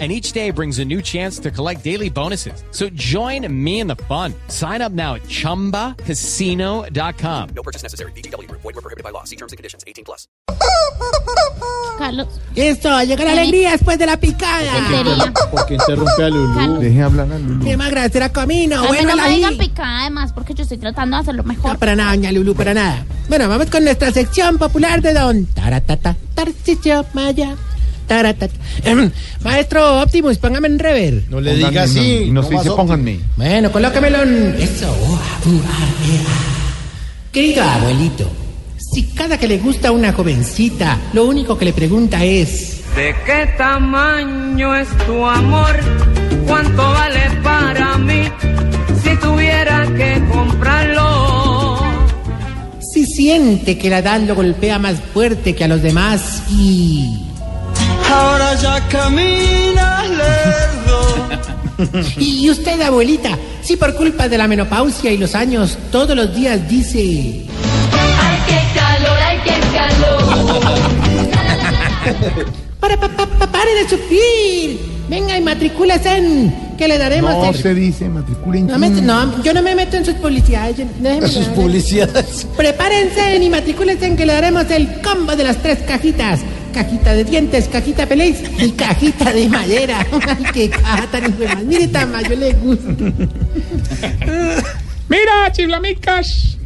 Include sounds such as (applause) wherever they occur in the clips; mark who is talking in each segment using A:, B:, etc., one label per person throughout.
A: and each day brings a new chance to collect daily bonuses. So join me in the fun. Sign up now at ChumbaCasino.com.
B: No purchase necessary. BGW. Void were prohibited by law. See terms and conditions. 18 plus.
C: Carlos,
D: Esto, llega la alegría después de la picada.
C: sería.
E: Porque interrumpe a Lulú.
F: Deje hablar a Lulu.
D: ¿Qué más gracias era Camino?
C: A mí
D: Bueno,
C: no
D: la
C: me digan
D: vi.
C: picada además porque yo estoy tratando de hacerlo
D: No,
C: mejor.
D: para nada, doña Lulu, para nada. Bueno, vamos con nuestra sección popular de don Taratata, Tarcicio Maya. Taratata. Ehm, Maestro Optimus, póngame en rever.
E: No le
F: Pónganme,
E: diga así.
F: Y no se
E: más
F: dice
E: óptimo.
F: pónganme.
D: Bueno, colócamelo en... Eso. oh, ua, ua, ea. eh, ah. Querido abuelito, si cada que le gusta una jovencita, lo único que le pregunta es...
G: ¿De qué tamaño es tu amor? ¿Cuánto vale para mí si tuviera que comprarlo?
D: Si siente que la edad lo golpea más fuerte que a los demás y...
H: Ahora ya caminas lerdo.
D: (laughs) Y usted, abuelita, si por culpa de la menopausia y los años todos los días dice...
I: Ay, qué calor, ay, qué calor.
D: ¡Para, pa, pa, pa, pare de sufrir! Venga y matricúlese en... Que le daremos...
F: No
D: el-
F: se dice matriculen.
D: No, me- no, yo no me meto en sus publicidades. yo- déjeme
E: Sus
D: hablar.
E: publicidades.
D: Prepárense y matricúlense en que le daremos el combo de las tres cajitas. Cajita de dientes, cajita feliz y cajita de madera. (laughs) Ay, qué caja tan enferma. Mire, Tama, yo le gusta.
J: Mira, chiflamicas,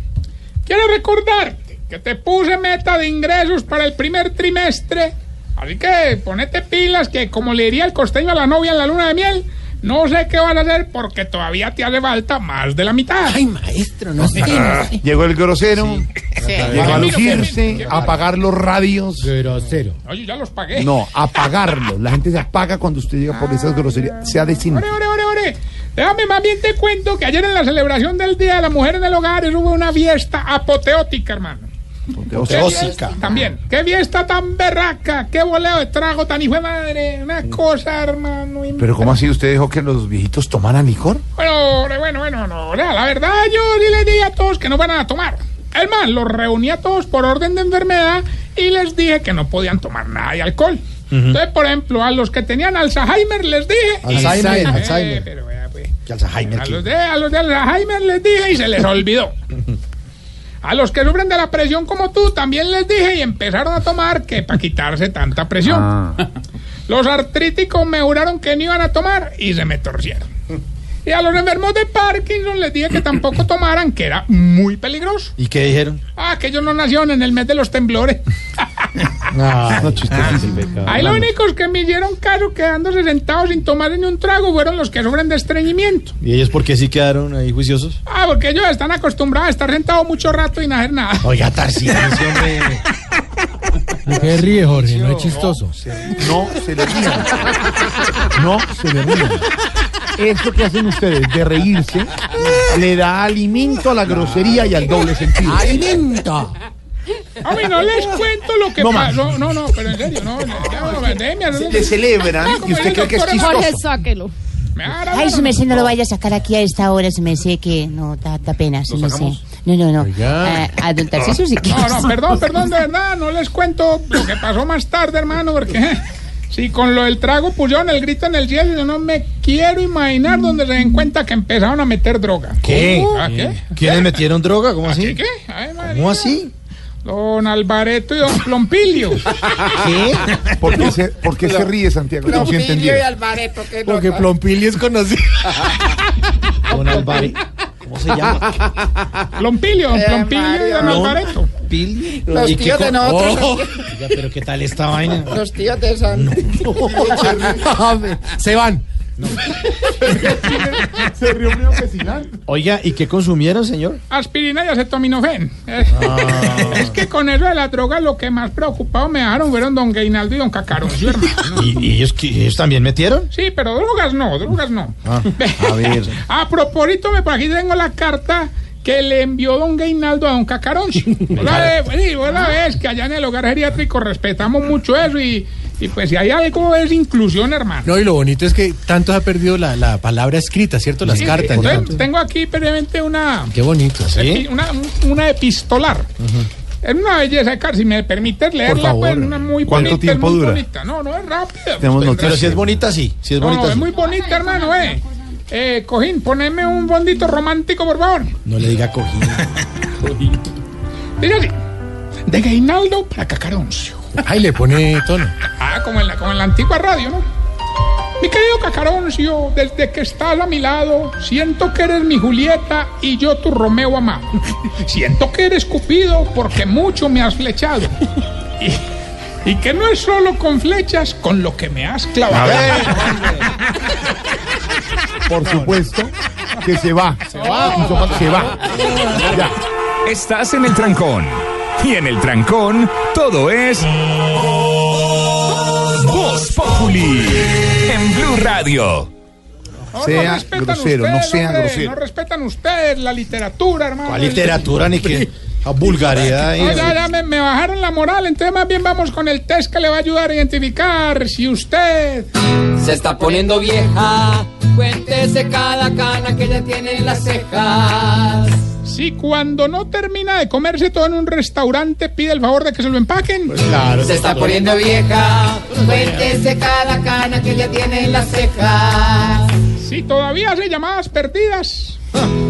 J: quiero recordarte que te puse meta de ingresos para el primer trimestre. Así que ponete pilas que como le diría el costeño a la novia en la luna de miel, no sé qué van a hacer porque todavía te hace falta más de la mitad.
D: Ay, maestro, no sé, no sé.
F: Llegó el grosero. Llegó a
J: Ay, mira,
F: lucirse,
J: mira, mira.
F: a apagar los radios.
E: Grosero.
J: Oye, ya los pagué.
F: No, apagarlos. La gente se apaga cuando usted llega por esas groserías. Sea decente.
J: Ore, ore, ore, ore. Déjame más bien te cuento que ayer en la celebración del Día de la Mujer en el Hogar eso fue una fiesta apoteótica, hermano.
F: O
J: Qué
F: sea,
J: fiesta También. Qué fiesta tan berraca. Qué boleo de trago tan hijo de madre. Una cosa, hermano. y-
F: Pero ¿cómo así usted dejó que los viejitos tomaran licor?
J: Bueno, hombre, bueno, bueno, no. o sea, la verdad, yo sí les dije a todos que no van a tomar. Es más, los reuní a todos por orden de enfermedad y les dije que no podían tomar nada de alcohol. Entonces, por ejemplo, a los que tenían Alzheimer les dije.
E: Alzheimer,
J: Eh,
E: Alzheimer.
J: pero vea, pues.
E: Que Alzheimer.
F: Ah,
J: A
E: que-
J: los, de, a los de Alzheimer les dije y se les olvidó. A los que sufren de la presión como tú también les dije y empezaron a tomar que para quitarse tanta presión.
E: Ah.
J: Los artríticos me juraron que no iban a tomar y se me torcieron. Y a los enfermos de Parkinson les dije que tampoco tomaran, que era muy peligroso.
E: ¿Y qué dijeron?
J: Ah, que ellos no nacieron en el mes de los temblores.
F: No, chistosísimo.
J: Ahí los únicos que me hicieron caso quedándose sentados sin tomar ni un trago fueron los que sufren de estreñimiento.
E: ¿Y ellos por qué sí quedaron ahí juiciosos?
J: Ah, porque ellos están acostumbrados a estar sentados mucho rato y no hacer nada. (laughs)
E: Oiga, Tarcísio, hombre.
D: (laughs) ¿Qué ríe, Jorge? No es chistoso.
F: No se le rían. No se le rían. Esto que hacen ustedes de reírse le da alimento a la grosería y al doble sentido.
D: ¡Alimento!
J: A mí no les cuento lo que
F: No más.
J: pasó. No, no, pero en serio, no. no, no, no, déjeme hacerle-
F: Le celebran y usted cree que es chistoso.
C: sáquelo.
J: Me va a dar-
K: Ay, su merced, no lo vaya a sacar aquí a esta hora, su merced, que no, da, da pena, su merced. No, no, no. Ah, A don Tarcisio sí que...
J: No, no, perdón, perdón, de verdad, no les cuento lo que pasó más tarde, hermano, porque si con lo del trago pusieron el grito en el cielo, yo no me quiero imaginar donde se den cuenta que empezaron a meter droga.
E: ¿Qué?
J: ¿Ah, qué?
E: ¿Quiénes metieron droga? ¿Cómo
J: ¿Qué?
E: así?
J: ¿Qué? Ay,
E: ¿Cómo
J: María.
E: así?
J: Don Alvareto y Don Plompilio.
E: ¿Qué?
F: ¿Por qué se, por qué se ríe Santiago? No, sí entendí.
E: Porque Plompili es conocido. Don Álvarez. ¿Cómo se llama?
J: Plompilio, Don Plompilio y Don
E: Plom-
J: Alvareto.
E: Pili. Los tíos de nosotros. Oh. Oiga, pero ¿qué tal esta vaina? Los (laughs)
D: Se van.
F: Se rió mío que Silán.
E: Oiga, ¿y qué consumieron, señor?
J: aspirina y acetaminofén. Eh,
E: Ah.
J: Es que con eso de la droga lo que más preocupado me dejaron fueron don Gainaldo y don Cacaroncio, hermano.
E: ¿Y, y ellos, qué- ellos también metieron?
J: Sí, pero drogas no, drogas no.
E: Ah, a ver.
J: A propósito, me por aquí tengo la carta que le envió don Gainaldo a don Cacarón. Una vez, vení, una vez que allá en el hogar geriátrico respetamos mucho eso y, y pues si hay algo es inclusión, hermano.
E: No, y lo bonito es que tanto se ha perdido la, la palabra escrita, ¿cierto? Las
J: Sí,
E: cartas.
J: entonces,
E: ¿no?
J: tengo aquí previamente una,
E: Qué bonito.
J: epi- una, una epistolar. Es una belleza, Car, si me permites leerla,
E: favor.
J: pues una muy
E: ¿Cuánto
J: bonita,
E: tiempo
J: es muy
E: dura?
J: bonita. No, no es rápida.
E: Tenemos
J: Pues,
E: noticias. Pero si es bonita, sí. Si es
J: no,
E: bonita,
J: no, es
E: sí.
J: muy bonita, hermano, eh. Eh, Cojín, poneme un bondito romántico, por favor.
E: No le diga cojín.
J: Diga así, De Gainaldo para Cacaroncio.
E: Ay, le pone tono.
J: Ah, como en la, como en la antigua radio, ¿no? Mi querido Cacaroncio, desde que estás a mi lado, siento que eres mi Julieta y yo tu Romeo amado. (laughs) Siento que eres Cupido porque mucho me has flechado. (laughs) Y, y que no es solo con flechas con lo que me has clavado.
F: Eh. Por supuesto que se va. Se va. Se va.
L: Estás en el trancón. Y en el trancón, todo es. Voz Populi. En Blue Radio.
J: No, no
L: Sea
J: respetan
L: grosero,
J: ustedes,
L: no sea
J: hombre,
L: grosero.
J: No respetan ustedes la literatura, hermano.
E: ¿Cuál literatura ni qué? A vulgaridad.
J: No,
E: y-
J: Ah, ya, ya me, me bajaron la moral, entonces más bien vamos con el test que le va a ayudar a identificar si usted
M: Se está poniendo vieja, cuéntese cada cana que ya tiene en las cejas.
J: Si cuando no termina de comerse todo en un restaurante pide el favor de que se lo empaquen.
M: Se está poniendo vieja, cuéntese cada cana que ya tiene en las cejas.
J: Si todavía hace llamadas perdidas.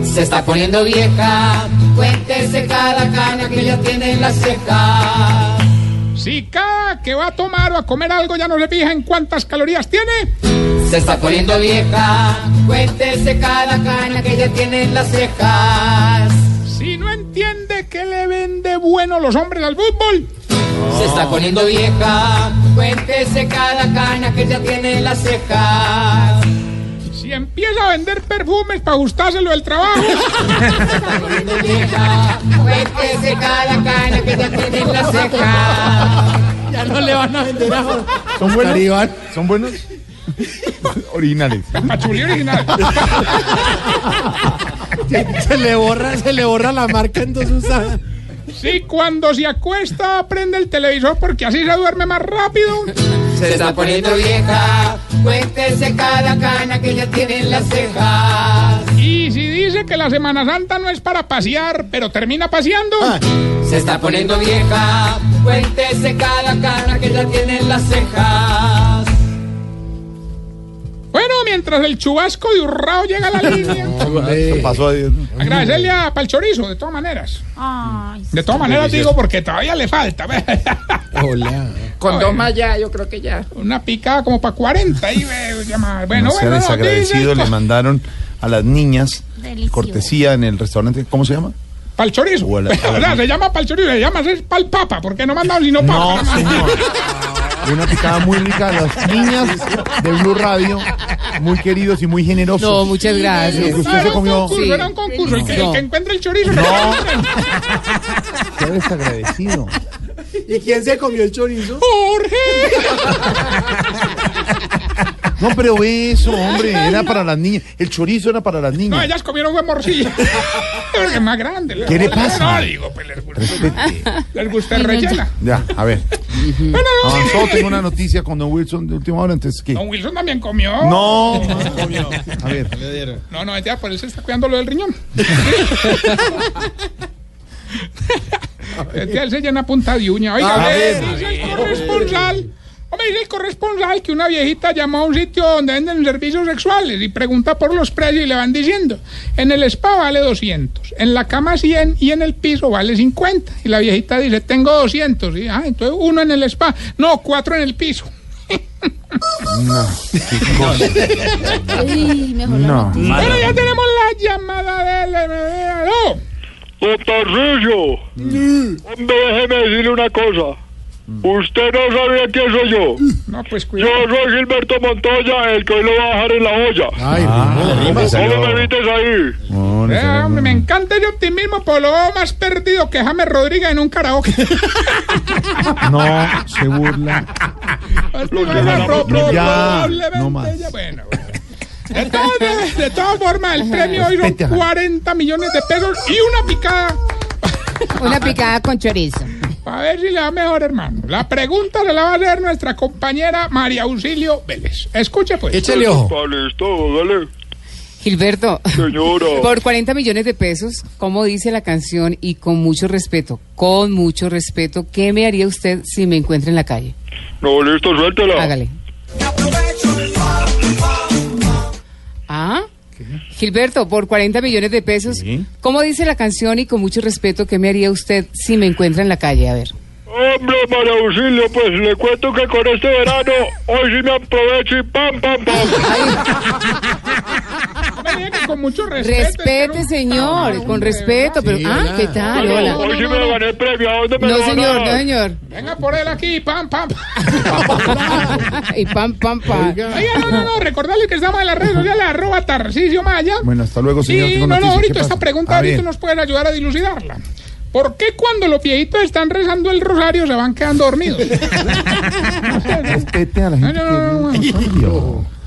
M: Se está poniendo vieja, cuéntese cada cana que ya tiene en las cejas.
J: Si cada que va a tomar o a comer algo ya no le fija en cuántas calorías tiene.
M: Se está poniendo vieja, cuéntese cada cana que ya tiene en las cejas.
J: Si no entiende que le vende bueno los hombres al fútbol.
M: Se está poniendo vieja, cuéntese cada cana que ya tiene en las cejas.
J: Si empieza a vender perfumes para ajustárselo del trabajo.
M: Cuéntese cada cana que ya tiene en las cejas.
D: Ya no le van a vender a Jorge.
F: ¿Son buenos? ¿Son buenos? Originales.
J: Pachulí original.
E: Se le borra, se le borra la marca en dos usadas.
J: Si cuando se acuesta prende el televisor porque así se duerme más rápido.
M: Se está poniendo vieja, cuéntese cada cana que ya tiene en las cejas.
J: Y si dice que la Semana Santa no es para pasear, pero termina paseando.
M: Se está poniendo vieja, cuéntese cada cana que ya tiene en las cejas.
J: Bueno, mientras el chubasco de Urrao llega a la línea.
F: Eso pasó a Dios.
J: Agradecerle a Palchorizo, de todas maneras.
C: Ay,
J: De todas maneras digo porque todavía le falta.
E: Hola.
J: Con
M: dos más ya, yo creo que ya.
J: (laughs) Una picada como para 40 ahí, ve, ya más. Bueno,
F: no sea
J: bueno, no,
F: desagradecido,
J: dice-
F: le mandaron a las niñas
C: Delicioso.
F: cortesía en el restaurante. ¿Cómo se llama?
J: Palchorizo.
F: O a la- a
J: O
F: la-
J: sea, se llama palchorizo, se llama es palpapa, porque no mandaron sino papa.
F: No, señor. Una picada muy rica a las niñas de Blue Radio, muy queridos y muy generosos.
N: No, muchas gracias.
F: Lo que
J: Ah,
F: usted
J: era
F: se
J: un
F: comió.
J: concurso,
N: Sí.
J: era un concurso. El que, el
N: No.
J: que encuentra el chorizo.
F: No. Qué desagradecido.
E: ¿Y quién se comió el chorizo?
J: (laughs) ¡Jorge!
F: No, pero
J: (laughs)
F: eso, hombre, era para las niñas. El chorizo era para las
J: No,
F: niñas.
J: ellas comieron buen (laughs) morcilla. Pero que más grande. les
F: ¿Qué le
J: gusta-
F: pasa?
J: No, digo, pues les gusta,
F: Respete.
J: les gusta el rellena.
F: Eh, Ya, a ver.
J: Bueno, no,
F: Avanzó, tengo una noticia con Don Wilson de última hora antes que.
J: Don Wilson también comió.
F: No. A ver.
J: No, no, ya, por él se está cuidando lo
F: (laughs)
J: del riñón. Es que él se llena punta de uña. Oiga,
F: A
J: ve,
F: ver,
J: dice el corresponsal. Hombre, dice el corresponsal que una viejita llamó a un sitio donde venden servicios sexuales y pregunta por los precios y le van diciendo, en el spa vale 200, en la cama 100 y en el piso vale 50. Y la viejita dice, tengo 200. Y, ah, entonces uno en el spa, no, cuatro en el piso.
C: Ay, mejor
I: Mm.
C: no.
J: Bueno, ya tenemos la llamada de LMD. ¡Aló!
O: Tarrillo, hombre, déjeme decirle una cosa. Usted no sabía quién soy yo.
J: No, pues
O: Yo
J: cuidado.
O: soy Gilberto Montoya, el que hoy lo va a dejar en la olla.
F: Ay,
J: Ah,
F: Ah,
O: ¿Cómo me viste ahí?
J: Eh, hombre, me encanta el optimismo, pero lo veo más perdido que James Rodríguez en un karaoke.
F: No, se
J: (laughs)
F: burla.
J: Bueno, pro- pro-
F: Ya,
J: probablemente
F: no más.
J: ya- bueno, bueno. De todas, de todas formas, el premio hoy son 40 millones de pesos y una picada.
K: Una picada con chorizo.
J: A ver si le va mejor, hermano. La pregunta se la va a hacer nuestra compañera María Auxilio Vélez. Escuche, pues.
E: Échale ojo.
O: Vale, esto, dale.
N: Gilberto,
O: Señora.
N: (laughs) por 40 millones de pesos, como dice la canción, y con mucho respeto, con mucho respeto, ¿qué me haría usted si me encuentra en la calle?
O: No, listo, suéltela.
N: Hágale. ¿Ah? Gilberto, por 40 millones de pesos, ¿cómo dice la canción y con mucho respeto, qué me haría usted si me encuentra en la calle? A ver.
O: Hombre, María Auxilio, pues le cuento que con este verano, hoy sí me aprovecho y pam, pam, pam.
J: Con mucho respeto.
N: Respete, señor, con respeto, pero... Ah, ¿qué tal?
O: Bueno,
N: Hola.
O: Hoy sí me gané el premio, ¿a dónde me
N: No,
O: lo van a
N: señor,
O: dar?
N: no, señor.
J: Venga por él aquí, pam, pam. pam.
N: (laughs) Y pam, pam, pam.
J: Oiga, no, no, no, recordarle que estamos en las redes sociales, arroba Tarcisio Maya.
F: Bueno, hasta luego, señor.
J: Sí,
F: tengo
J: no, no,
F: noticias. ¿Qué
J: ahorita
F: pasa?
J: esta pregunta
F: A
J: ahorita
F: ver.
J: nos pueden ayudar a dilucidarla. ¿Por qué cuando los viejitos están rezando el
F: (laughs)
J: rosario se van quedando dormidos?
F: Respeten a la gente.
J: No, no, no, no,
F: que- Ay, Dios.